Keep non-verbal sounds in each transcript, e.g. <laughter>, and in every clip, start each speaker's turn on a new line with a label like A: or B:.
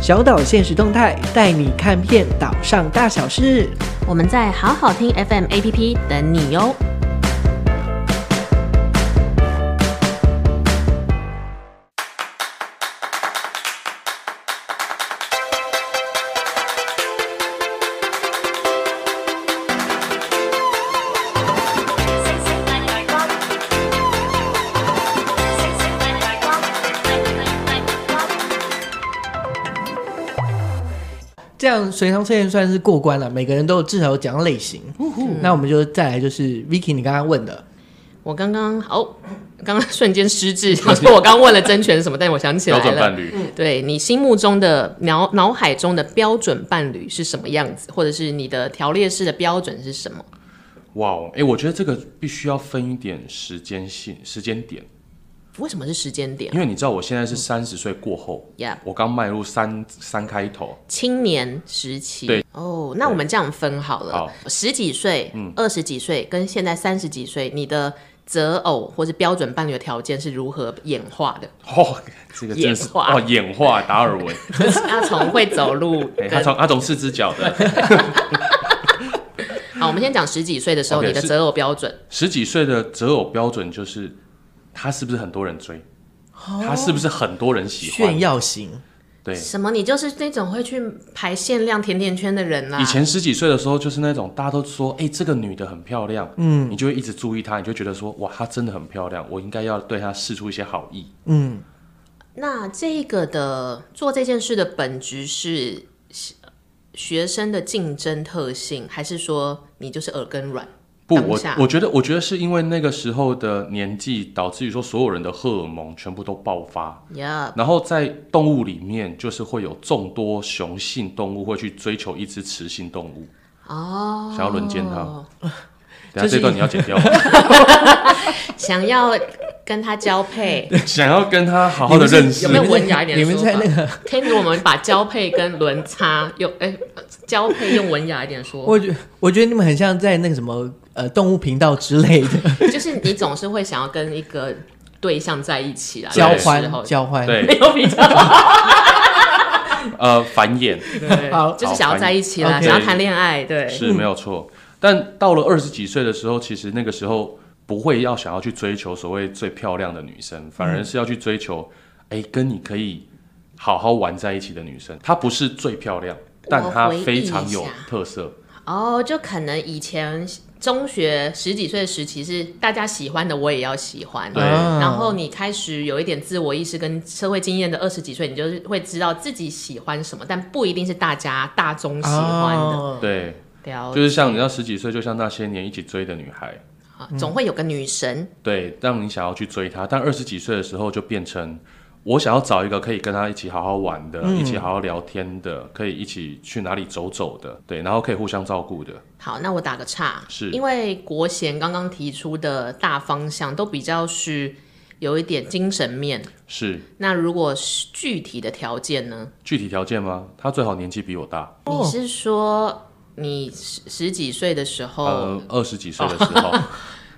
A: 小岛现实动态带你看遍岛上大小事。
B: 我们在好好听 FM APP 等你哟。
C: 星星大大光，星星大大光，大大大光。
A: 这样随堂测验算是过关了，每个人都有至少有奖类型。那我们就再来就是 Vicky 你刚刚问的，
B: 我刚刚哦，刚刚瞬间失
D: <laughs>
B: 智，想说我刚问了真权是什么，但我想起来
D: 标准
B: 了。嗯
D: 伴侣，
B: 对你心目中的脑脑海中的标准伴侣是什么样子，或者是你的条列式的标准是什么？
D: 哇哦，哎，我觉得这个必须要分一点时间性时间点，
B: 为什么是时间点
D: 因？为你知道我现在是三十岁过后，
B: 嗯 Yeah
D: 我刚迈入三三开头，
B: 青年时期。
D: 对
B: 哦那我们这样分好了，
D: 好嗯
B: 十几岁、二十几岁跟现在三十几岁，你的择偶或是标准伴侣的条件是如何演化
D: <laughs>
B: 的？
D: 哦，这个真的是
B: 演化
D: 哦，演化达尔
B: <laughs>
D: 文，
B: 就是他从会走路
D: 哎，他
B: 跟
D: 从他从四只脚的，
B: 好，我们先讲十几岁的时候
D: OK，
B: 你的
D: 是
B: 择偶标准。
D: 十几岁的择偶标准就是他是不是很多人追，
B: 哦
D: 他是不是很多人喜欢
A: 炫，耀型，
D: 对。
B: 什么？你就是那种会去排限量甜甜圈的人啦、
D: 以前十几岁的时候，就是那种大家都说，哎、这个女的很漂亮，嗯，你就会一直注意她，你就觉得说，哇，她真的很漂亮，我应该要对她示出一些好意。
A: 嗯，
B: 那这个的做这件事的本质是学学生的竞争特性，还是说你就是耳根软？
D: 不，
B: 当
D: 我
B: 下
D: 我觉得，我觉得是因为那个时候的年纪，导致于说所有人的荷尔蒙全部都爆发，
B: 呀、
D: 然后在动物里面，就是会有众多雄性动物会去追求一只雌性动物，
B: 哦，
D: 想要轮奸
B: <laughs>
D: 他。
A: 这
D: 等下
A: 是
D: 这段你要剪掉，
B: 想要跟他交配，
D: 想要跟他好好的认识
B: 有没，有文雅一点
A: 你
B: 的
A: 们
B: 说法？
A: 在那个，
B: 可以如果我们把交配跟轮差用，哎、交配用文雅一点说，
A: 我觉我觉得你们很像在那个什么呃动物频道之类的
B: 就是你总是会想要跟一个对象在一起啊，
A: 交
B: 有时候
A: 欢交欢，，
B: <laughs> 没
D: 对，
B: 有比较好，
D: 呃，繁衍
A: 好
B: 就是想要在一起啦，
A: 好
B: 想要谈恋爱，对，
D: 是没有错。但到了二十几岁的时候，其实那个时候不会要想要去追求所谓最漂亮的女生，反而是要去追求，哎、跟你可以好好玩在一起的女生。她不是最漂亮，但她非常有特色。
B: 哦，就可能以前中学十几岁的时期是大家喜欢的，我也要喜欢。
D: 对
A: 啊
B: 然后你开始有一点自我意识跟社会经验的二十几岁，你就是会知道自己喜欢什么，但不一定是大家大众
A: 啊
B: 喜欢的。
A: 哦
D: 对，
B: 了解，
D: 就是像你知道十几岁，就像那些年一起追的女孩，
B: 啊
A: 嗯
B: 总会有个女神。
D: 对，让你想要去追她。但二十几岁的时候就变成。我想要找一个可以跟她一起好好玩的，一起好好聊天的，可以一起去哪里走走的，对，然后可以互相照顾的。
B: 好，那我打个岔，
D: 是
B: 因为国贤刚刚提出的大方向都比较是有一点精神面。
D: 是
B: 那如果是具体的条件呢？
D: 具体条件吗？他最好年纪比我大，
A: 哦
B: 你是说你十十几岁的时候
D: 呃，，二十几岁的时 <laughs> 候，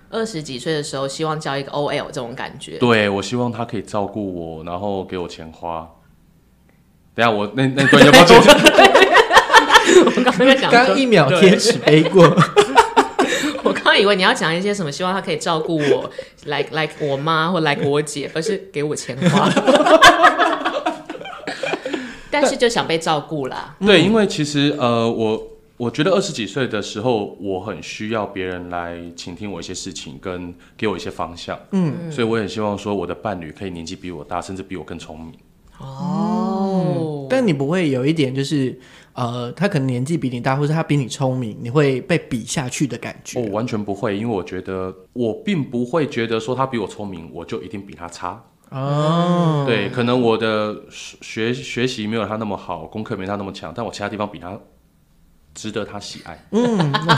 B: 二十几岁的时候，希望交一个 OL 这种感觉？
D: 对我希望他可以照顾我，然后给我钱花。等一下我那那段要不要 <laughs> 剪掉？
B: <laughs> 我刚刚在讲
A: 刚
B: 说，
A: 一秒天使飞过，
B: 我刚刚以为你要讲一些什么，希望他可以照顾我，like <laughs> like 我妈或 like 我姐，而是给我钱花。但是就想被照顾啦，
D: 对，因为其实呃，我我觉得二十几岁的时候，我很需要别人来倾听我一些事情，跟给我一些方向。嗯，所以我也希望说，我的伴侣可以年纪比我大，甚至比我更聪明。
B: 哦，
A: 但你不会有一点就是呃，他可能年纪比你大，或者他比你聪明，你会被比下去的感觉
D: 我。完全不会，因为我觉得我并不会觉得说他比我聪明，我就一定比他差。
A: 哦，
D: 对，可能我的学学习没有他那么好，功课没他那么强，但我其他地方比他值得他喜爱。
B: <laughs>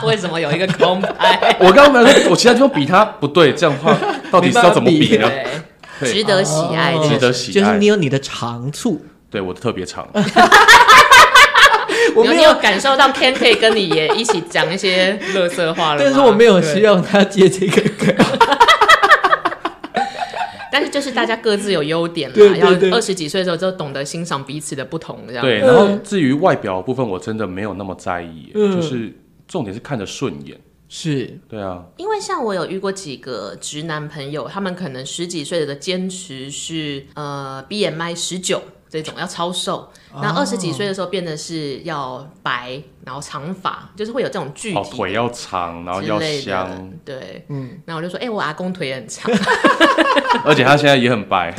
B: 为什么有一个空白？
D: 我刚刚没有 <laughs> 说，我其他地方比他不对，这样的话到底是要怎么比呢？
B: <laughs> 对，
D: 对
B: 值得喜爱，
A: 哦
B: 这
D: 值
B: 是
D: 得喜
A: 就
D: 爱
A: 是你，有你的长处，
D: 对我的特别长，
A: 我
B: 有
A: 没
B: 你
A: 有
B: 有 <laughs> 感受到 Ken 可以跟你也一起讲一些乐色
A: <laughs>
B: 话了吗，
A: 但是我没有
B: 对
A: 希望他接这个梗。
B: 但是就就是大家各自有优点啦，
A: 对对对
B: 要二十几岁的时候就懂得欣赏彼此的不同，这样
D: 对，
A: 嗯
D: 然后至于外表的部分，我真的没有那么在意，
A: 嗯
D: 就是重点是看着顺眼。
A: 是
D: 对啊，
B: 因为像我有遇过几个直男朋友，他们可能十几岁的坚持是呃 BMI 十九这种要超瘦，那二十几岁的时候变得是要白，然后长发，就是会有这种具
D: 哦，
B: 体
D: 腿要长，然后
B: 之
D: 要
B: 类的
D: 香，，
B: 对，嗯，那我就说，哎、我阿公腿也很长， <laughs>
D: 而且他现在也很白。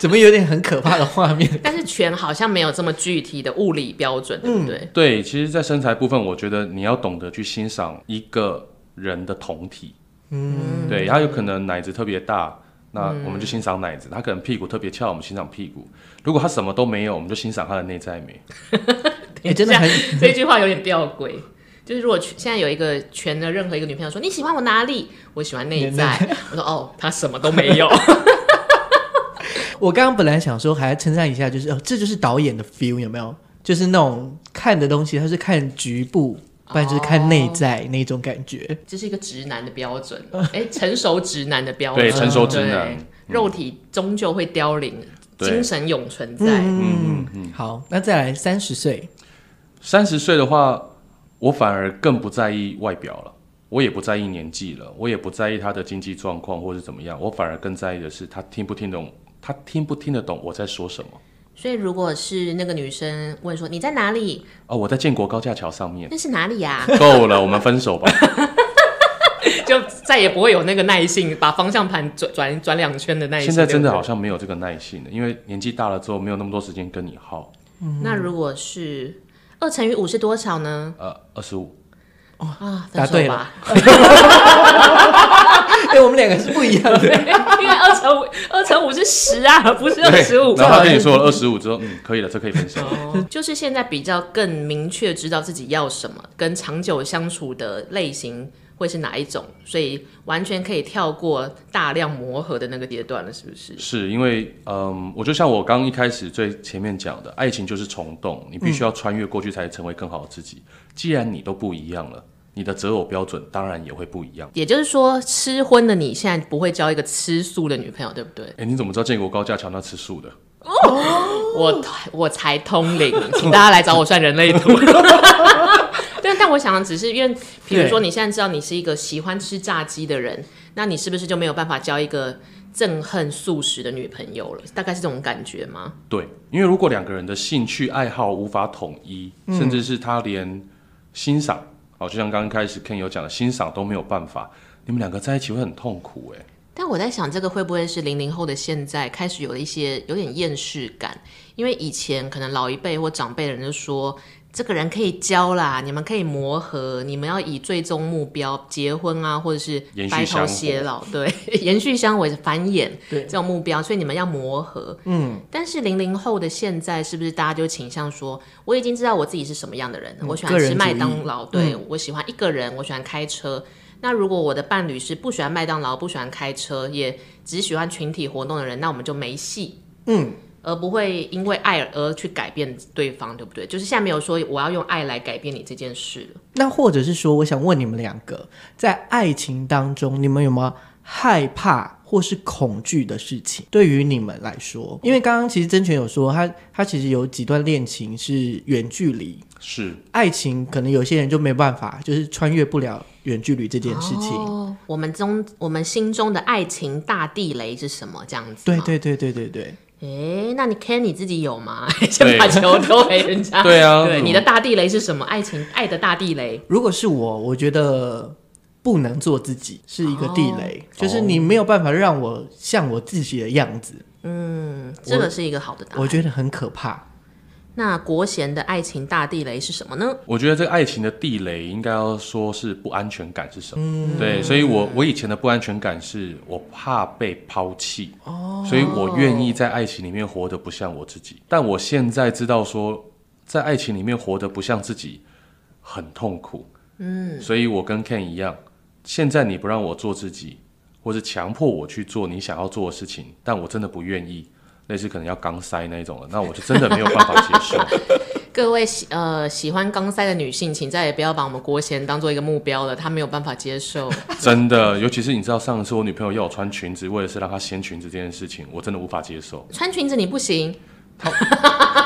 A: 怎么有点很可怕的画 <laughs> 面？
B: 但是全好像没有这么具体的物理标准，对不对？ <laughs>
D: 对，其实，在身材部分，我觉得你要懂得去欣赏一个人的酮体。嗯，对，他有可能奶子特别大，那我们就欣赏奶子；他可能屁股特别翘，我们欣赏屁股。如果他什么都没有，我们就欣赏他的内在美。
A: 也、哎真 <laughs> 的很
B: 这样这句话有点吊诡。就是如果全现在有一个全的任何一个女朋友说你喜欢我哪里，我喜欢内在，我说哦，她什么都没有， <laughs>
A: 我刚刚本来想说还要称赞一下，就是哦，这就是导演的 feel 有没有？就是那种看的东西，他是看局部，不然就是看内在那种感觉。
B: 这是一个直男的标准，哎，成熟直男的标准，
D: 对，成熟直男。嗯
B: 对肉体终究会凋零，
D: 对
B: 精神永存在。
D: 嗯嗯嗯。
A: 好，那再来三十岁， <laughs>
D: 三十岁的话，我反而更不在意外表了，我也不在意年纪了，我也不在意他的经济状况或是怎么样，我反而更在意的是他听不听懂，他听不听得懂我在说什么。
B: 所以如果是那个女生问说你在哪里，
D: 哦，我在建国高架桥上面。
B: 那是哪里呀、
D: 够了，我们分手吧。
B: 就再也不会有那个耐性把方向盘转转转两圈的耐性。
D: 现在真的
B: 对不对
D: 好像没有这个耐性了，因为年纪大了之后没有那么多时间跟你耗。
B: 那如果是二乘以五是多少呢？
D: 呃，二十五，
B: 啊，
A: 答
B: 分
A: 对
B: 手
A: 了
B: 吧，
A: 哎、我们两个是不一样的。
B: 因为二乘五二乘五是十啊，不是二十五。
D: 然后他跟你说了二十五之后，嗯，可以了，这可以分手。
B: 哦就是现在比较更明确知道自己要什么，跟长久相处的类型会是哪一种，所以完全可以跳过大量磨合的那个阶段了，是不是？
D: 是因为，嗯，我就像我刚一开始最前面讲的，爱情就是冲动，你必须要穿越过去才成为更好的自己。
B: 嗯
D: 既然你都不一样了，你的择偶标准当然也会不一样。
B: 也就是说，吃荤的你现在不会交一个吃素的女朋友，对不对？
D: 哎，你怎么知道建国高架桥那吃素的？
B: 我我才通灵， <laughs> 请大家来找我算人类图。 <laughs> 但但我想，只是因为，比如说你现在知道你是一个喜欢吃炸鸡的人，那你是不是就没有办法交一个憎恨素食的女朋友了？大概是这种感觉吗？
D: 对，因为如果两个人的兴趣爱好无法统一，甚至是他连欣赏，哦，就像刚刚开始 Ken 有讲的，欣赏都没有办法，你们两个在一起会很痛苦哎、
B: 但我在想，这个会不会是零零后的现在开始有了一些有点厌世感？因为以前可能老一辈或长辈的人就说，这个人可以交啦，你们可以磨合，你们要以最终目标结婚啊，或者是
D: 延续
B: 白
D: 香
B: 头
D: 火
B: 偕老，对， <laughs> 延续香火繁衍
A: 对
B: 这种目标，所以你们要磨合。嗯，但是零零后的现在是不是大家就倾向说，我已经知道我自己是什么样的人了，我喜
A: 嗯
B: 欢
A: 个人
B: 吃
A: 主
B: 麦
A: 义嗯
B: 当劳，对、我喜欢一个人，我喜欢开车。那如果我的伴侣是不喜欢麦当劳、不喜欢开车，也只喜欢群体活动的人，那我们就没戏，
A: 嗯，
B: 而不会因为爱而去改变对方，对不对？就是现在没有说我要用爱来改变你这件事了。
A: 那或者是说，我想问你们两个，在爱情当中，你们有没有害怕或是恐惧的事情？对于你们来说，因为刚刚其实真权有说，他他其实有几段恋情是远距离，
D: 是，
A: 爱情可能有些人就没办法，就是穿越不了远距离这件事情。
B: 哦，我们中我们心中的爱情大地雷是什么？这样子。
A: 对。对对对对对，
B: 哎，那你 Ken 你自己有
D: <laughs>
B: 吗？先把球丢给人家。
D: 对啊
B: 对，
D: 嗯
B: 你的大地雷是什么？爱情爱的大地雷。
A: 如果是我，我觉得不能做自己是一个地雷，就是你没有办法让我像我自己的样子，
B: 嗯，这个是一个好的答
A: 我
B: 案。
A: 觉得很可怕。
B: 那国贤的爱情大地雷是什么呢？
D: 我觉得这个爱情的地雷应该要说是不安全感是什么？对，所以我我以前的不安全感是我怕被抛弃，所以我愿意在爱情里面活得不像我自己。但我现在知道说，在爱情里面活得不像自己很痛苦，嗯，所以我跟 Ken 一样，现在你不让我做自己，或是强迫我去做你想要做的事情，但我真的不愿意。类似可能要钢塞那一种的，那我就真的没有办法接受。
B: 各位喜呃喜欢钢塞的女性，请再也不要把我们国贤当做一个目标了，她没有办法接受。
D: 真的，尤其是你知道上次我女朋友要我穿裙子，为了是让她掀裙子这件事情，我真的无法接受。
B: 穿裙子你不行，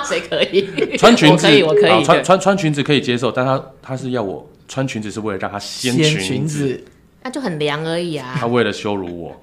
B: 谁可以？
D: 穿裙子
B: 哎我可以，我可
D: 啊
B: 以。
D: 穿
B: 对
D: 穿穿裙子可以接受，但她她是要我穿裙子是为了让她掀
A: 掀
D: 裙子，
A: 子，
B: 那就很凉而已啊
D: <laughs> 她为了羞辱我，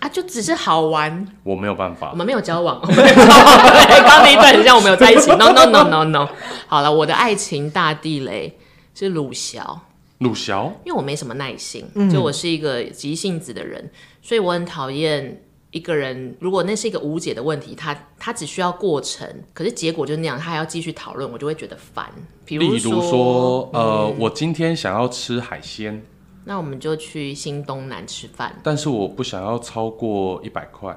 B: 啊，就只是好玩。
D: 我没有办法
B: 我。们没有交往，我们 <laughs> 没有交往。对刚刚那一段很像我们有在一起。No No No No No。好了，我的爱情大地雷是鲁小。
D: 鲁小
B: 因为我没什么耐心，
D: 嗯
B: 就我是一个急性子的人，所以我很讨厌一个人。如果那是一个无解的问题，他他只需要过程，可是结果就那样，他还要继续讨论，我就会觉得烦。比
D: 例
B: 说，
D: 如说，呃，我今天想要吃海鲜，
B: 那我们就去新东南吃饭，
D: 但是我不想要超过一百块。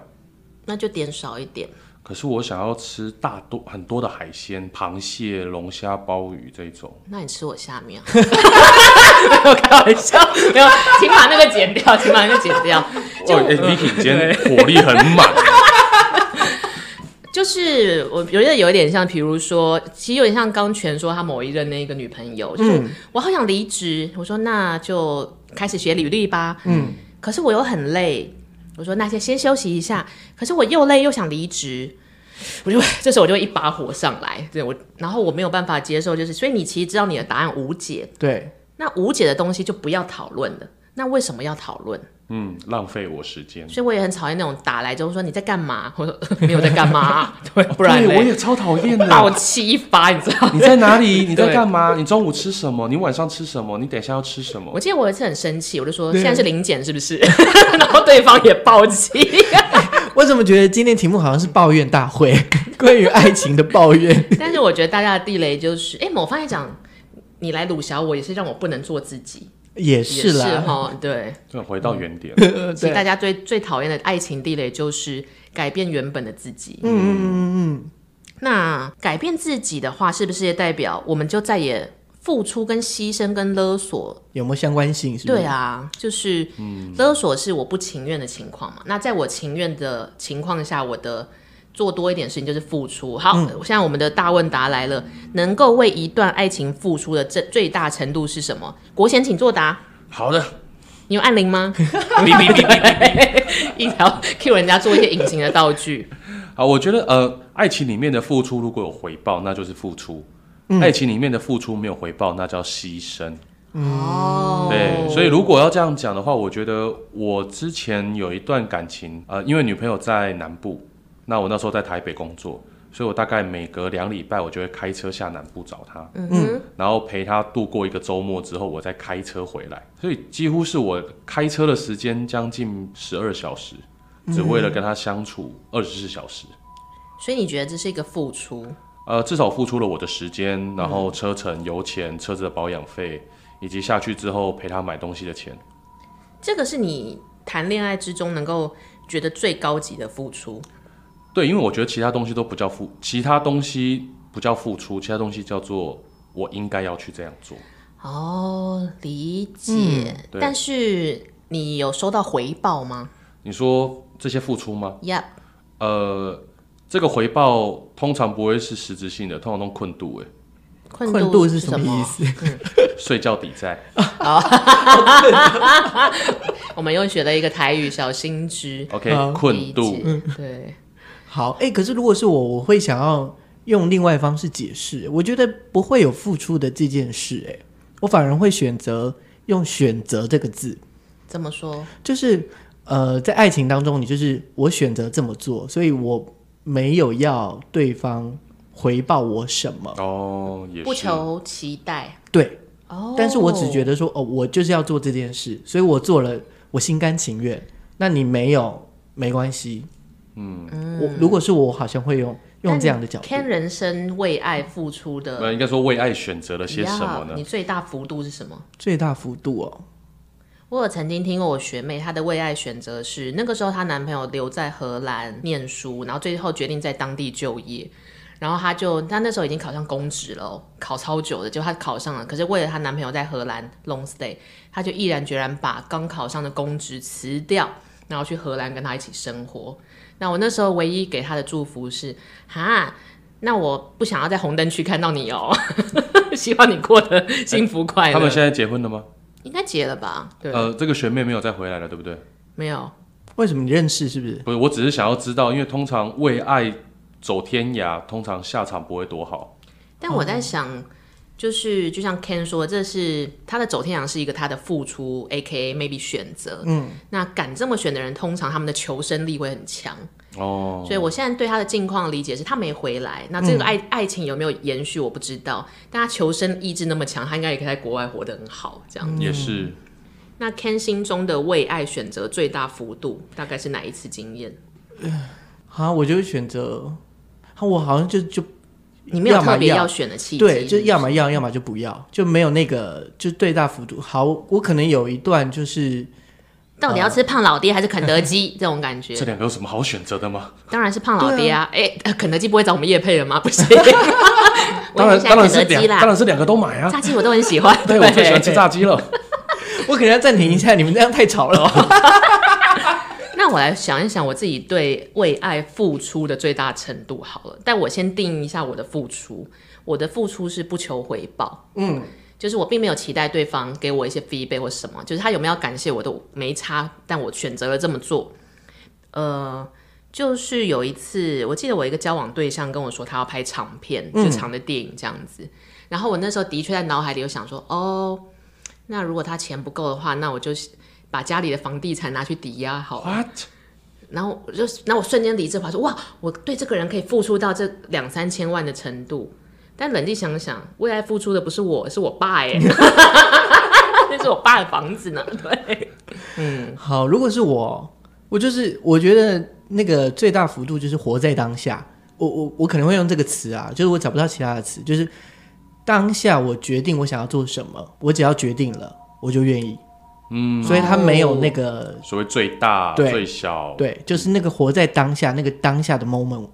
B: 那就点少一点。
D: 可是我想要吃大多很多的海鲜，螃蟹、龙虾、鲍鱼这一种。
B: 那你吃我下面、啊？ <laughs> 没有开玩笑，没有，请把那个剪掉，请把那个剪掉。就
D: 哦，哎、v i c k y 今天火力很满，
B: 就是我觉得有一点像，比如说，其实有点像刚全说他某一任那个女朋友，就是、我好想离职，我说那就开始写履历吧，嗯，可是我又很累，我说那先先休息一下，可是我又累又想离职。我就这时候我就一把火上来，对我，然后我没有办法接受，就是所以你其实知道你的答案无解，
A: 对，
B: 那无解的东西就不要讨论了。那为什么要讨论？
D: 嗯，浪费我时间。
B: 所以我也很讨厌那种打来之后说你在干嘛？ <laughs> 我说没有在干嘛、对，不然嘞
D: 对，我也超讨
B: <laughs>
D: 厌
B: 暴
D: 的。
B: 气一发，你知道吗？
D: 你在哪里？你在
B: <laughs> 对
D: 干嘛？你中午吃什么？你晚上吃什么？你等一下要吃什么
B: 我？记得我有一次很生气，我就说
A: 对
B: 现在是零检是不是？ <laughs> 然后对方也暴气， <laughs>
A: 我怎么觉得今天题目好像是抱怨大会， <laughs> 关于爱情的抱怨？
B: 但是我觉得大家的地雷就是，哎、某方面讲，你来鲁小我也是让我不能做自己，
A: <laughs> 也
B: 也
A: 是啦，
B: 哈，对。
D: 对，回到原点。
A: 呃
B: 其实大
A: 对，
B: 家最最讨厌的爱情地雷就是改变原本的自己。
A: 嗯嗯嗯嗯，
B: 那改变自己的话，是不是也代表我们就再也付出、跟牺牲、跟勒索
A: 有没有相关性？是不是
B: 对，啊，就是
A: 嗯
B: 勒索是我不情愿的情况嘛。那在我情愿的情况下，我的做多一点事情就是付出。好，
A: 嗯
B: 现在我们的大问答来了，能够为一段爱情付出的这最大程度是什么？国贤，请作答。
D: <laughs> 好的，
B: 你有按铃吗？ <laughs>
D: 哔哔哔哔哔
B: 一条 Q 人家做一些隐形的道具，
D: <laughs> 好，我觉得呃，爱情里面的付出如果有回报，那就是付出；
B: 嗯
D: 爱情里面的付出没有回报，那叫牺牲。
B: 哦
D: 对，所以如果要这样讲的话，我觉得我之前有一段感情，呃，因为女朋友在南部，那我那时候在台北工作，所以我大概每隔两礼拜我就会开车下南部找她，
B: 嗯哼，
D: 然后陪她度过一个周末之后，我再开车回来，所以几乎是我开车的时间将近十二小时，只为了跟她相处二十四小时。
B: 所以你觉得这是一个付出？
D: 呃，至少付出了我的时间，然后车程、油钱、车子的保养费，以及下去之后陪他买东西的钱。
B: 这个是你谈恋爱之中能够觉得最高级的付出。
D: 对，因为我觉得其他东西都不叫付，其他东西不叫付出，其他东西叫做我应该要去这样做。
B: 哦，理解。
D: 对
B: 嗯但是你有收到回报吗
D: 你说这些付出吗？
B: ？Yep，
D: 呃，这个回报通常不会是实质性的，通常都困度哎、
B: 困
A: 困
B: 度
A: 度是
B: 什
A: 什么意？思？
D: 睡觉抵债。
B: <laughs> 我们又学了一个台语小心知，
D: OK，
A: 好
D: 困度
B: 理解。
A: 嗯
B: 对，
A: <laughs> 好，哎、可是如果是我，我会想要用另外方式解释。我觉得不会有付出的这件事、诶，哎，我反而会选择用“选择”这个字，
B: 这么说，
A: 就是呃，在爱情当中，你就是我选择这么做，所以我没有要对方回报我什么，
D: 哦，也是。
B: 不求期待。
A: 对，
B: 哦，
A: 但是我只觉得说，哦，我就是要做这件事，所以我做了，我心甘情愿。那你没有没关系，嗯，我如果是我，我好像会用用这样的角度。
B: 看人生为爱付出的
D: 呃，应该说为爱选择了些什么
B: Yeah，你
D: 呢？
B: 最大幅度是什么？
A: 最大幅度哦，
B: 我有曾经听过我学妹，她的为爱选择是那个时候她男朋友留在荷兰念书，然后最后决定在当地就业，然后她就她那时候已经考上公职了哦，考超久的，就她考上了，可是为了她男朋友在荷兰 long stay，她就毅然决然把刚考上的公职辞掉，然后去荷兰跟他一起生活。那我那时候唯一给她的祝福是，哈。那我不想要在红灯区看到你哦， <laughs> 希望你过得幸福快乐。
D: 他们现在结婚了吗？
B: 应该结了吧？对，
D: 呃，这个学妹没有再回来了，对不对？
B: 没有，
A: 为什么你认识？是不是？
D: 不是，我只是想要知道，因为通常为爱走天涯，通常下场不会多好。
B: 但我
A: 嗯
B: 在想，就是就像 Ken 说，这是他的走天涯是一个他的付出，A K A maybe 选择。嗯，那敢这么选的人，通常他们的求生力会很强。
D: 哦，
B: 所以我现在对他的近况理解是，他没回来。那
A: 嗯
B: 这个爱、爱情有没有延续，我不知道。但他求生意志那么强，他应该也可以在国外活得很好。这
A: 嗯
B: 样，
D: 也是，
B: 那 Ken 心中的为爱选择最大幅度，大概是哪一次经验？
A: 啊，我就会选择，啊我好像就就
B: 你没有
A: 要么
B: 特别
A: 要
B: 要选的契机，
A: 对，就要么要，要么就不要，就没有那个就最大幅度。好，我可能有一段就是
B: 到
A: 呃
B: 底要吃胖老爹还是肯德基
A: <laughs>
B: 这种感觉
D: 这？两个有什么好选择的吗？
B: 当然是胖老爹啊！哎、呃 <laughs> 肯德基不会找我们叶配了吗？
D: <laughs>
B: 不行，
D: 当然，
B: 我也很喜欢
D: 当然
B: 肯
D: 是
B: 德
D: 两
B: 基，
D: 当
B: 啦，
D: 然是两个都买啊。
B: <laughs> 炸鸡我都很喜欢。
D: 对，我最喜欢吃炸鸡了。
A: 我可能要暂停一下，你们这样太吵了哦。
B: <laughs> 那我来想一想我自己对为爱付出的最大程度好了，但我先定一下我的付出。我的付出是不求回报，嗯，就是我并没有期待对方给我一些 feedback 或什么，就是他有没有感谢我都没差，但我选择了这么做。呃，就是有一次，我记得我一个交往对象跟我说他要拍长片，就长的电影这样子。然后我那时候的确在脑海里有想说，哦，那如果他钱不够的话，那我就把家里的房地产拿去抵押好了。
D: What？
B: 然后我就，然后我瞬间理智化说，哇，我对这个人可以付出到这两三千万的程度。但冷静想想，未来付出的不是我，是我爸耶， <laughs> 那是我爸的房子呢。对，
A: 好，如果是我，我就是我觉得那个最大幅度就是活在当下。我我我可能会用这个词啊，就是我找不到其他的词，就是当下我决定我想要做什么，我只要决定了我就愿意。嗯，所以他没有那个
D: 所谓最大、
A: 对
D: 最小，
A: 对，就是那个活在当下，那个当下的 moment，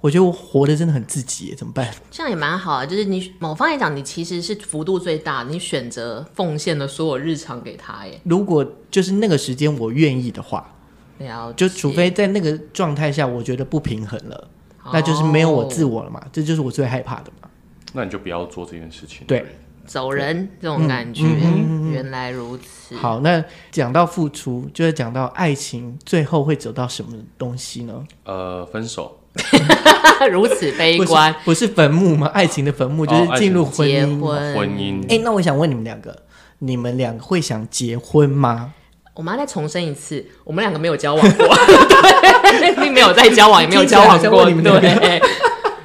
A: 我觉得我活的真的很自己耶，怎么办？
B: 这样也蛮好啊。就是你某方来讲，你其实是幅度最大，你选择奉献了所有日常给他耶。
A: 如果就是那个时间我愿意的话，
B: 了解，
A: 就除非在那个状态下我觉得不平衡了，那就是没有我自
B: 哦
A: 我了嘛，这就是我最害怕的嘛。那
D: 那你就不要做这件事情。
A: 对，
B: 走人这种感
A: 嗯
B: 觉。原来如此。
A: 好，那讲到付出，就是讲到爱情最后会走到什么东西呢？
D: 呃，分手，
B: <laughs> 如此悲
A: 不是
B: 观，
A: 不是坟墓吗？爱情的坟墓就
D: 哦
A: 是进入婚
B: 结
A: 姻。
B: 婚，
D: 婚姻，
A: 哎、那我想问你们两个，你们两个会想结婚吗？ <laughs>
B: 我们要再重申一次，我们两个没有交往过， <laughs> 对，并没有在交往，也没有交
A: 听
B: 往
A: 起来好像
B: 过，
A: 问你们两个
B: 对，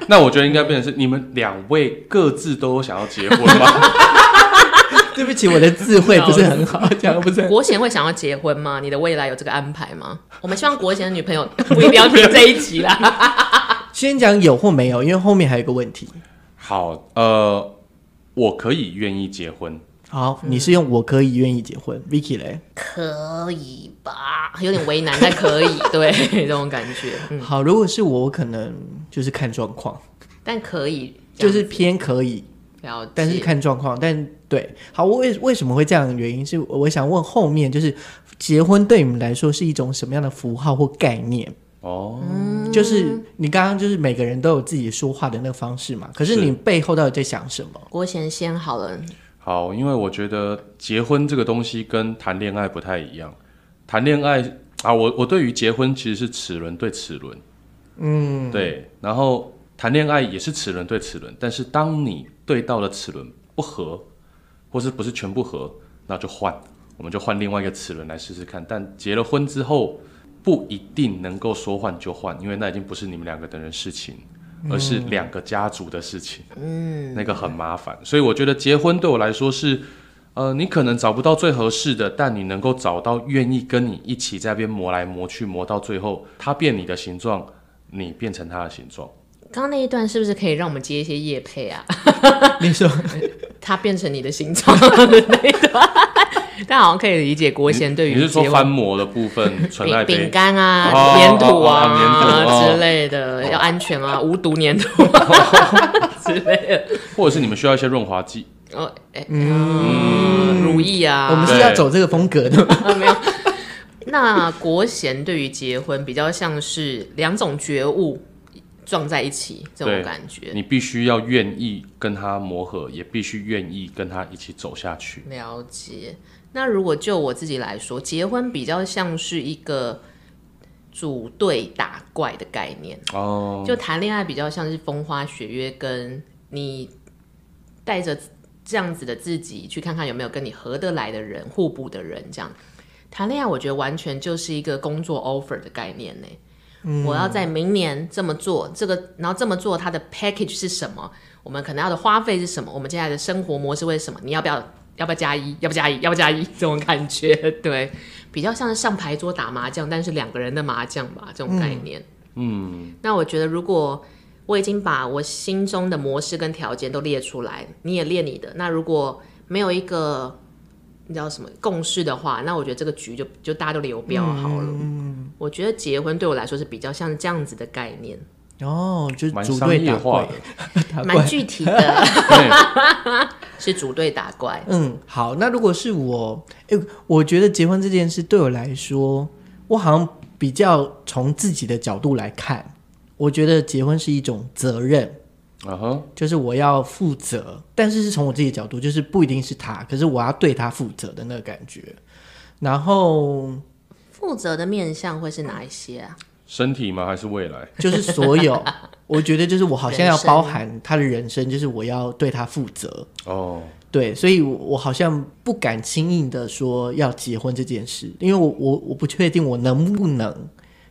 D: 那我觉得应该变成是你们两位各自都有想要结婚 <laughs> 吗？
A: 对不起，我的智慧不是很好，讲的不 <laughs> 是很好。
B: 国贤会想要结婚吗？你的未来有这个安排
A: <laughs>
B: 吗？我们希望国贤的女朋友 <laughs> 不一定要听这一集啦。
A: 先讲有或没有，因为后面还有一个问题。
D: 好，呃，我可以愿意结婚，
A: 好，你是用我可以愿意结婚，Vicky 嘞？
B: 可以吧？有点为难，但可
A: <laughs>
B: 以，对，这种感觉，嗯，
A: 好，如果是我，我可能就是看状况，
B: 但可以，
A: 就是偏可以，
B: 这样了解，
A: 但是看状况。但对，好，我为为什么会这样的原因是，我我想问后面就是结婚对你们来说是一种什么样的符号或概念？
D: 哦，
A: 嗯就是你刚刚就是每个人都有自己说话的那个方式嘛，可是
D: 是
A: 你背后到底在想什么？
B: 国贤先好了，
D: 好，因为我觉得结婚这个东西跟谈恋爱不太一样。谈恋爱啊，我我对于结婚其实是齿轮对齿轮，嗯，对。然后谈恋爱也是齿轮对齿轮，但是当你对到了齿轮不合，或是不是全部合，那就换，我们就换另外一个齿轮来试试看。但结了婚之后，不一定能够说换就换，因为那已经不是你们两个的人事情，而是两个家族的事情。那个很麻烦，所以我觉得结婚对我来说是，呃，你可能找不到最合适的，但你能够找到愿意跟你一起在那边磨来磨去，磨到最后，他变你的形状，你变成他的形状。
B: 刚刚那一段是不是可以让我们接一些夜配
A: <laughs>
B: 啊？
A: <laughs> 你 <laughs> 说，
B: 他变成你的形状 <laughs> 的那一段，但好像可以理解国贤对于
D: 你是说
B: 结
D: 翻
B: 婚
D: 模的部分，纯爱
B: 饼饼
D: 杯？
B: 干
D: 哦
B: 啊、粘土
D: 哦哦粘土
B: 啊
D: 哦
B: 之类的，要安全啊，无毒粘土啊
D: <laughs>
B: 之类的。
D: 或者是你们需要一些润滑剂？
B: 哦，哎，嗯，如意啊，
A: 我们是要走这个风格的吗。
B: 啊没有。那国贤对于结婚比较像是两种觉悟，撞在一起这种感觉。
D: 你必须要愿意跟他磨合，也必须愿意跟他一起走下去。
B: 了解。那如果就我自己来说，结婚比较像是一个组队打怪的概念，
D: 哦，
B: 就谈恋爱比较像是风花雪月，跟你带着这样子的自己去看看有没有跟你合得来的人、互补的人这样。谈恋爱，我觉得完全就是一个工作 offer 的概念呢。我要在明年这么做，这个然后这么做，它的 package 是什么？我们可能要的花费是什么？我们接下来的生活模式会是什么？你要不要？要不要加一？要不要加一？要不要加一？这种感觉，对，比较像是上牌桌打麻将，但是两个人的麻将吧，这种概念。
D: 嗯，
B: 那我觉得，如果我已经把我心中的模式跟条件都列出来，你也列你的，那如果没有一个你知道什么共识的话，那我觉得这个局就就大家都流标好了。
A: 嗯
B: 我觉得结婚对我来说是比较像这样子的概念，
A: 哦，就是
D: 蛮
A: 组
D: 商
A: 队
D: 业
A: 打
D: 化
A: 怪
D: 的，。
A: 打怪
B: 蛮具体的， <laughs>
D: 对， <laughs>
B: 是组队打怪。
A: 嗯，好，那如果是我，哎、我觉得结婚这件事对我来说，我好像比较从自己的角度来看，我觉得结婚是一种责任，
D: 嗯哼，
A: 就是我要负责，但是是从我自己的角度，就是不一定是他，可是我要对他负责的那个感觉。然后
B: 负责的面向会是哪一些啊？
D: 身体吗？还是未来？
A: 就是所有， <laughs> 我觉得就是我好像要
B: 人生
A: 包含他的人生，就是我要对他负责。
D: 哦，
A: 对，所以我我好像不敢轻易的说要结婚这件事，因为我我我不确定我能不能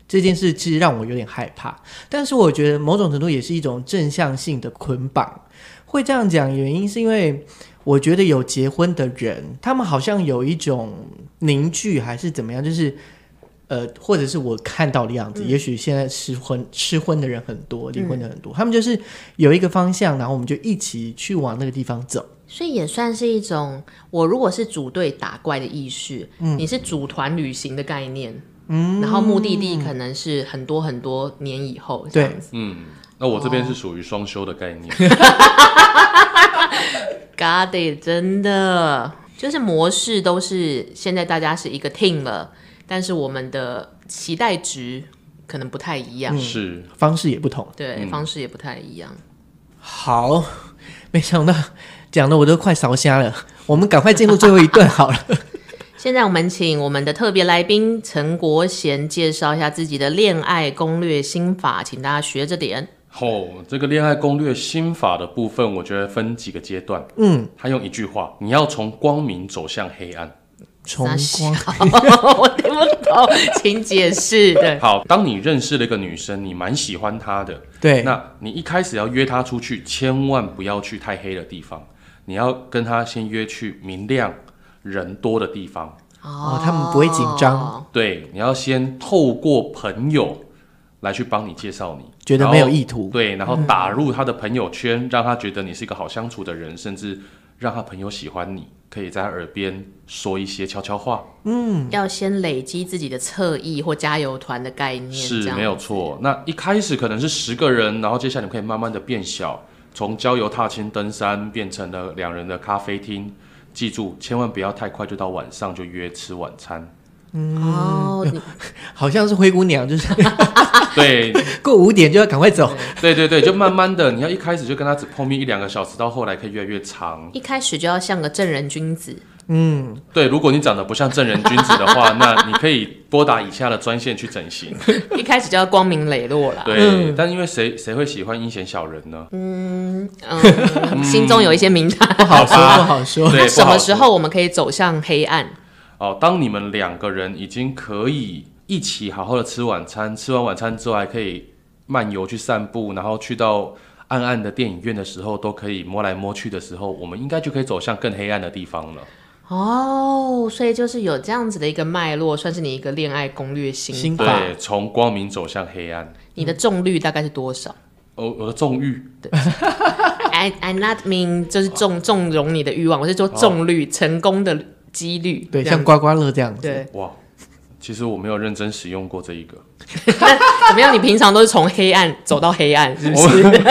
A: 这件事，其实让我有点害怕。但是我觉得某种程度也是一种正向性的捆绑。会这样讲，原因是因为我觉得有结婚的人，他们好像有一种凝聚还是怎么样，就是。呃，或者是我看到的样子，也许现在失婚失婚的人很多，离婚的很多，他们就是有一个方向，然后我们就一起去往那个地方走。
B: 所以也算是一种，我如果是组队打怪的意识，你是组团旅行的概念，嗯，然后目的地可能是很多很多年以后这样子。
D: 嗯，那我这边是属于双休的概
A: <laughs>
D: 念。
B: God it，真的就是模式都是现在大家是一个 team 了，但是我们的期待值可能不太一样，
D: 是，
A: 方式也不同。
B: 对，方式也不太一样。
A: 好，没想到讲的我都快烧瞎了，我们赶快进入最后一段好 <laughs> 了。
B: 现在我们请我们的特别来宾陈国贤介绍一下自己的恋爱攻略心法，请大家学着点。
D: 哦，这个恋爱攻略心法的部分，我觉得分几个阶段。
A: 嗯，
D: 他用一句话，你要从光明走向黑暗。
A: 重
B: 傻
A: 光，
B: <laughs> 我听不懂，请解释。对，
D: 好，当你认识了一个女生，你蛮喜欢她的，
A: 对，
D: 那你一开始要约她出去，千万不要去太黑的地方，你要跟她先约去明亮、人多的地方。
A: 哦他们不会紧
B: 哦
A: 张，
D: 对，你要先透过朋友来去帮你介绍你，
A: 觉得
D: 然
A: 没有
D: 后
A: 意图
D: 对，然后打入她的朋友圈，让她觉得你是一个好相处的人，甚至让她朋友喜欢你，可以在她耳边说一些悄悄话。
A: 嗯
B: 要先累积自己的侧翼或加油团的概念，这
D: 是
B: 样
D: 没有。错。那一开始可能是十个人，然后接下来你可以慢慢的变小，从郊游踏青登山变成了两人的咖啡厅。记住，千万不要太快就到晚上就约吃晚餐。
B: 哦，
A: <laughs>
B: 你
A: 好像是灰姑娘，就是 <laughs>
D: 对
A: 过五点就要赶快走。
D: 对对对，就慢慢的，你要一开始就跟他只碰面一两个小时，到后来可以越来越长。
B: 一开始就要像个正人君子， <laughs>
A: 嗯，
D: 对，如果你长得不像正人君子的话，那你可以拨打以下的专线去整形。
B: 一开始就要光明磊落啦。
D: 对，但因为谁谁会喜欢阴险小人呢？
B: 嗯，心中有一些名堂。
A: 不好说，不好说。
D: 对
B: 那什
D: 不
B: 么
D: 好
B: 时候我们可以走向黑暗？
D: 哦，当你们两个人已经可以一起好好的吃晚餐，吃完晚餐之后还可以漫游去散步，然后去到暗暗的电影院的时候，都可以摸来摸去的时候，我们应该就可以走向更黑暗的地方了。
B: 哦，所以就是有这样子的一个脉络，算是你一个恋爱攻略心
A: 心
B: 法。
A: 法
D: 对，从光明走向黑暗。
B: 你的中率大概是多少
D: 哦，我的纵欲
B: ？I I not mean 就是纵纵容你的欲望，我是说中率、成功的几率。
A: 对，
B: 这样
A: 像刮刮乐这样子。
B: 对
D: 哇，其实我没有认真使用过这一个，
B: 怎么样？你平常都是从黑暗走到黑暗，是不
D: 我
B: 是？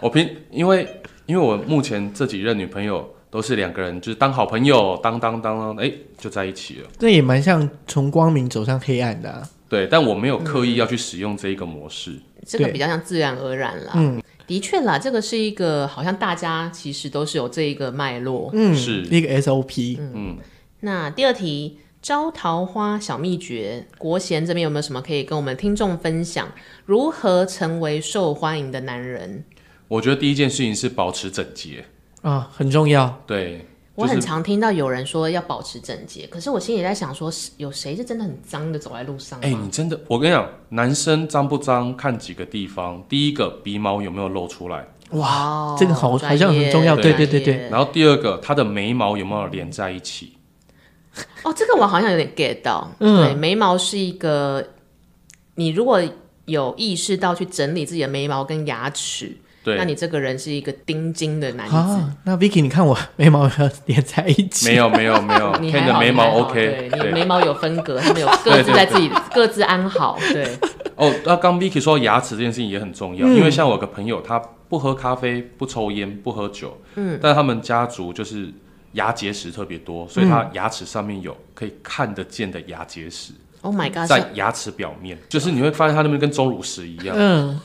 D: 我平因为因为我目前这几任女朋友都是两个人，就是当好朋友，当当当当，哎、就在一起了。
A: 那也蛮像从光明走上黑暗的啊、
D: 对，但我没
B: 嗯
D: 有刻意要去使用这一个模式。
B: 这个
A: 对
B: 比较像自然而然啦。
A: 嗯
B: 的确啦，这个是一个好像大家其实都是有这一个脉络。
A: 嗯，
D: 是
A: 一个 SOP，、
D: 嗯，
B: 那第二题，招桃花小秘诀，国贤这边有没有什么可以跟我们听众分享？如何成为受欢迎的男人？
D: 我觉得第一件事情是保持整洁。
A: 啊，很重要。
D: 对，
B: 我
D: 就
B: 很
D: 是
B: 常听到有人说要保持整洁，可是我心里在想说，是有谁是真的很脏的走在路上吗？
D: 哎、你真的，我跟你讲，男生脏不脏看几个地方，第一个鼻毛有没有露出来，
A: 哇，
B: 哦
A: 这个好
B: 专
A: 好像很
B: 业
A: 重要
D: 对
B: 专
A: 对对对
B: 业
D: 然后第二个他的眉毛有没有连在一起，
B: 哦，这个我好像有点 get 到。
A: 嗯
B: 对，眉毛是一个，你如果有意识到去整理自己的眉毛跟牙齿，
D: 对
B: 那，你这个人是一个钉金的男子。
A: 啊，那 Vicky，你看我眉毛有没有连在一起，
D: 没有没有没有
B: <laughs> 你
D: ，Ken
B: 还
D: 的
B: 好，
D: 眉
B: 你还
D: 毛
B: 好
D: OK，
B: 对，你眉毛有分隔，
D: <laughs>
B: 他们有各自在自己各自安好，对，
D: 哦，那刚 Vicky 说牙齿这件事情也很重要，因为像我有个朋友，他不喝咖啡、不抽烟、不喝酒，嗯，但他们家族就是牙结石特别多，所以他牙齿上面有可以看得见的牙结石，
B: Oh my god！
D: 在牙齿表面，就是你会发现他那边跟钟乳石一样。
A: 嗯，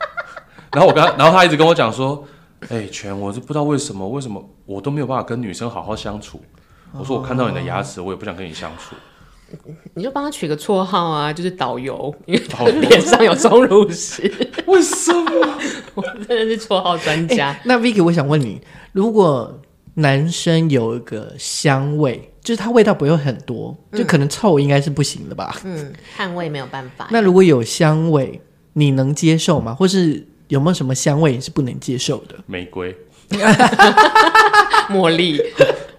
D: <laughs> 然后我跟他，然后他一直跟我讲说，哎、全，我是不知道为什么，为什么我都没有办法跟女生好好相处。我说我看到你的牙齿，我也不想跟你相处。
B: 你就帮他取个绰号啊，就是导
D: <laughs>
B: 游，因为他
D: 导游
B: 脸上有钟乳石，
D: 为什么？
B: <laughs> 我真的是绰号专
A: 哎
B: 家。
A: 那 Vicky，我想问你，如果男生有一个香味，就是它味道不会很多，就可能臭应该是不行的吧？
B: 嗯，捍卫没有办法。
A: 那如果有香味，你能接受吗？或是有没有什么香味你是不能接受的？
D: 玫瑰，
B: 茉莉。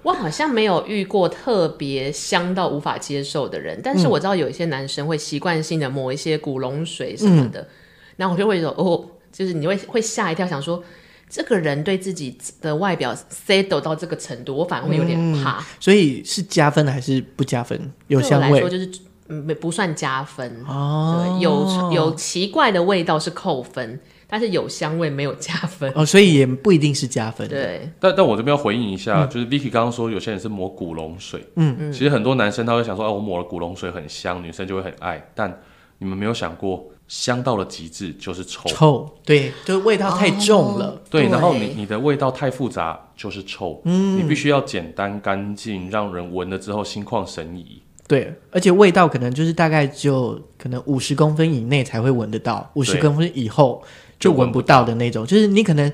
B: 我好像没有遇过特别香到无法接受的人，
D: 嗯
B: 但是我知道有一些男生会习惯性的抹一些古龙水什么
D: 嗯
B: 的，然后我就会说哦，就是你会会吓一跳，想说这个人对自己的外表 settle 到这个程度，我反而会有点
D: 嗯
B: 怕。
A: 所以是加分的还是不加分？有
B: 对我
A: 香
B: 来说
A: 味
B: 就是嗯没不算加分，
A: 哦
B: 对，有有奇怪的味道是扣分，但是有香味没有加分。
A: 哦，所以也不一定是加分的。
B: 对，
D: 但但我这边要回应一下，就是 Vicky 刚刚说有些人是抹古龙水，嗯嗯，其实很多男生他会想说，哎、我抹了古龙水很香，女生就会很爱，但你们没有想过，香到了极致就是臭，
A: 臭，对，就是味道太重
B: 哦
A: 了。
D: 对，然后你
B: 对
D: 你的味道太复杂就是臭，嗯，你必须要简单干净，让人闻了之后心旷神怡。
A: 对，而且味道可能就是大概只有可能五十公分以内才会闻得到，五十
D: 对
A: 公分以后就闻不到的那种，就是你可能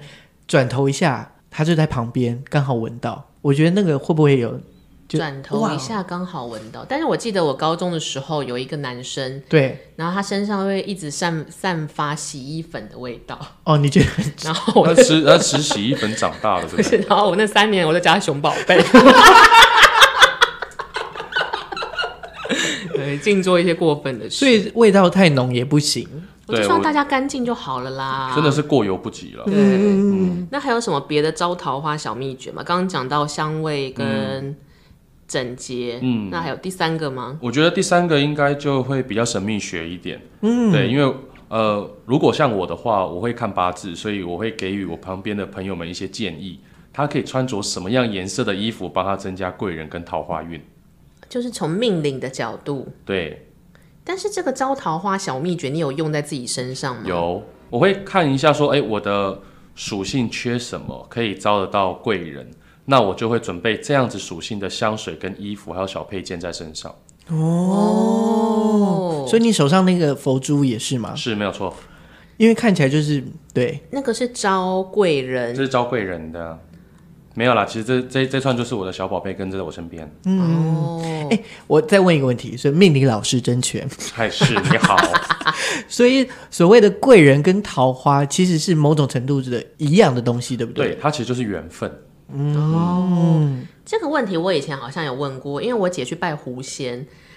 A: 转头一下，它就在旁边，刚好闻到。我觉得那个会不会有？ <laughs> 就
B: 转头
A: 哇哦
B: 一下刚好闻到，但是我记得我高中的时候有一个男生，
A: 对
B: 然后他身上会一直散散发洗衣粉的味道，
A: 哦，你觉 <laughs> 得很
B: 然后我
D: 他吃他吃洗衣粉长大的，对
B: 不
D: <laughs> 不
B: 是，
D: 对？
B: 然后我那三年我就叫他熊宝贝。 <laughs> 对，净做一些过分的事，
A: 所以味道太浓也不行。
B: 我就
D: 对
B: 希望
D: 我
B: 大家干净就好了啦。
D: 真的是过犹不及了。
B: 对，
D: 嗯
B: 那还有什么别的招桃花小秘诀吗？刚刚讲到香味跟整洁，
D: 嗯
B: 那还有第三个吗？
D: 我觉得第三个应该就会比较神秘学一点，嗯，对，因为呃，如果像我的话，我会看八字，所以我会给予我旁边的朋友们一些建议，他可以穿着什么样颜色的衣服，帮他增加贵人跟桃花运。
B: 就是从命令的角度，
D: 对，
B: 但是这个招桃花小秘诀，你有用在自己身上吗？
D: 有我会看一下说，哎，我的属性缺什么，可以招得到贵人，那我就会准备这样子属性的香水跟衣服，还有小配件在身上，
B: 哦，
A: 所以你手上那个佛珠也是吗？
D: 是没有错，
A: 因为看起来就是对
B: 那个是招贵
D: 这
B: 人
D: 是招贵人的。没有啦，其实这这这串就是我的小宝贝跟在我身边。
B: 哦。哎，
A: 我再问一个问题，所以命理老师真全。 <laughs>
D: <laughs> 嗨，哎是你好，
A: 所以所谓的贵人跟桃花其实是某种程度的一样的东西，对不
D: 对，它其实就是缘分。
B: 这个问题我以前好像有问过，因为我姐去拜狐仙，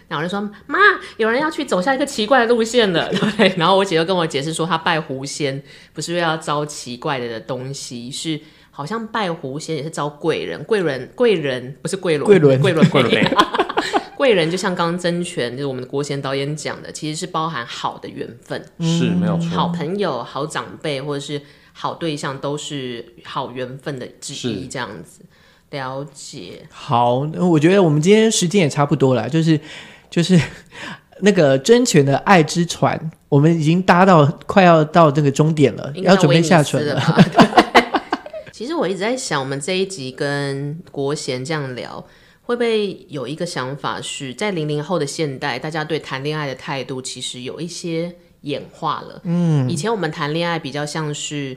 B: 然后我就说妈，有人要去走下一个奇怪的路线了， <laughs> 对不对？然后我姐就跟我解释说，她拜狐仙不是为了要招奇怪的东西，是好像拜狐仙也是招贵人，贵人贵人不是贵轮，
A: 贵轮
B: 贵轮
D: <laughs> 贵了没？
B: 贵人就像刚刚甄权，就是我们的国贤导演讲的，其实是包含好的缘分。
D: 是没有
B: 好
D: 错，
B: 朋友、好长辈或者是好对象都是好缘分的之一，
D: 是
B: 这样子。了解，
A: 好，那我觉得我们今天时间也差不多了，就是就是 <laughs> 那个真权的爱之船，我们已经搭到快要到这个终点了，
B: 应该
A: 要准备下
B: 威
A: 船
B: 尼斯
A: 了
B: 了。
A: <laughs>
B: 吧。对 <laughs> 其实我一直在想，我们这一集跟国贤这样聊，会不会有一个想法是，在零零后的现代，大家对谈恋爱的态度其实有一些演化了。嗯，以前我们谈恋爱比较像是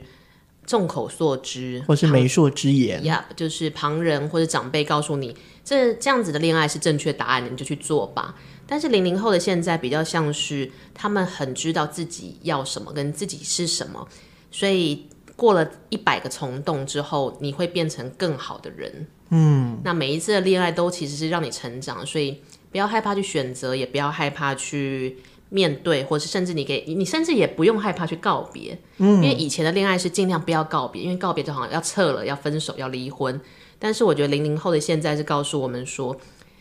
B: 众口所知，
A: 或是媒妁之言，
B: 呀就是旁人或者长辈告诉你，这这样子的恋爱是正确答案，你就去做吧。但是零零后的现在比较像是他们很知道自己要什么跟自己是什么，所以过了一百个虫洞之后，你会变成更好的人。嗯，那每一次的恋爱都其实是让你成长，所以不要害怕去选择，也不要害怕去面对，或是甚至你给你甚至也不用害怕去告别。
D: 嗯
B: 因为以前的恋爱是尽量不要告别，因为告别就好像要撤了、要分手、要离婚。但是我觉得零零后的现在是告诉我们说，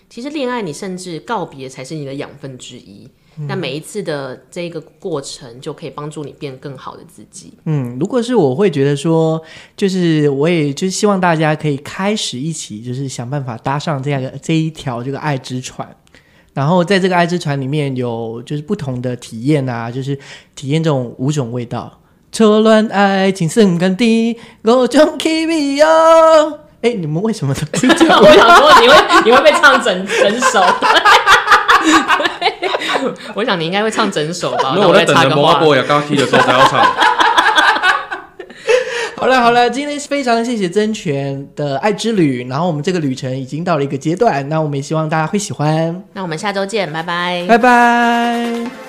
B: 其实恋爱你甚至告别才是你的养分之一。
D: 嗯
B: 那每一次的这个过程，就可以帮助你变更好的自
D: <laughs>
B: 己。
A: 嗯，如果是我会觉得说，就是我也就是希望大家可以开始一起，就是想办法搭上这样个这一条这个爱之船。然后在这个爱之船里面有就是不同的体验啊，就是体验这种五种味道。初恋爱情圣甘地，我将 k i 哟。哎，你们为什么都会这
B: <laughs>
A: 样？
B: 我想说，你会你会被唱整整首。 <laughs> 我想你应该会唱整首吧？
D: 因
B: 那
D: 为我在
B: 再
D: 等
B: 插
D: 着
B: 个
D: 摩
B: 话
D: 阿。波呀，刚踢的时候才要唱。
A: 好了好了，今天非常谢谢真权的爱之旅，然后我们这个旅程已经到了一个阶段，那我们也希望大家会喜欢，
B: 那我们下周见，拜拜。
A: 拜拜。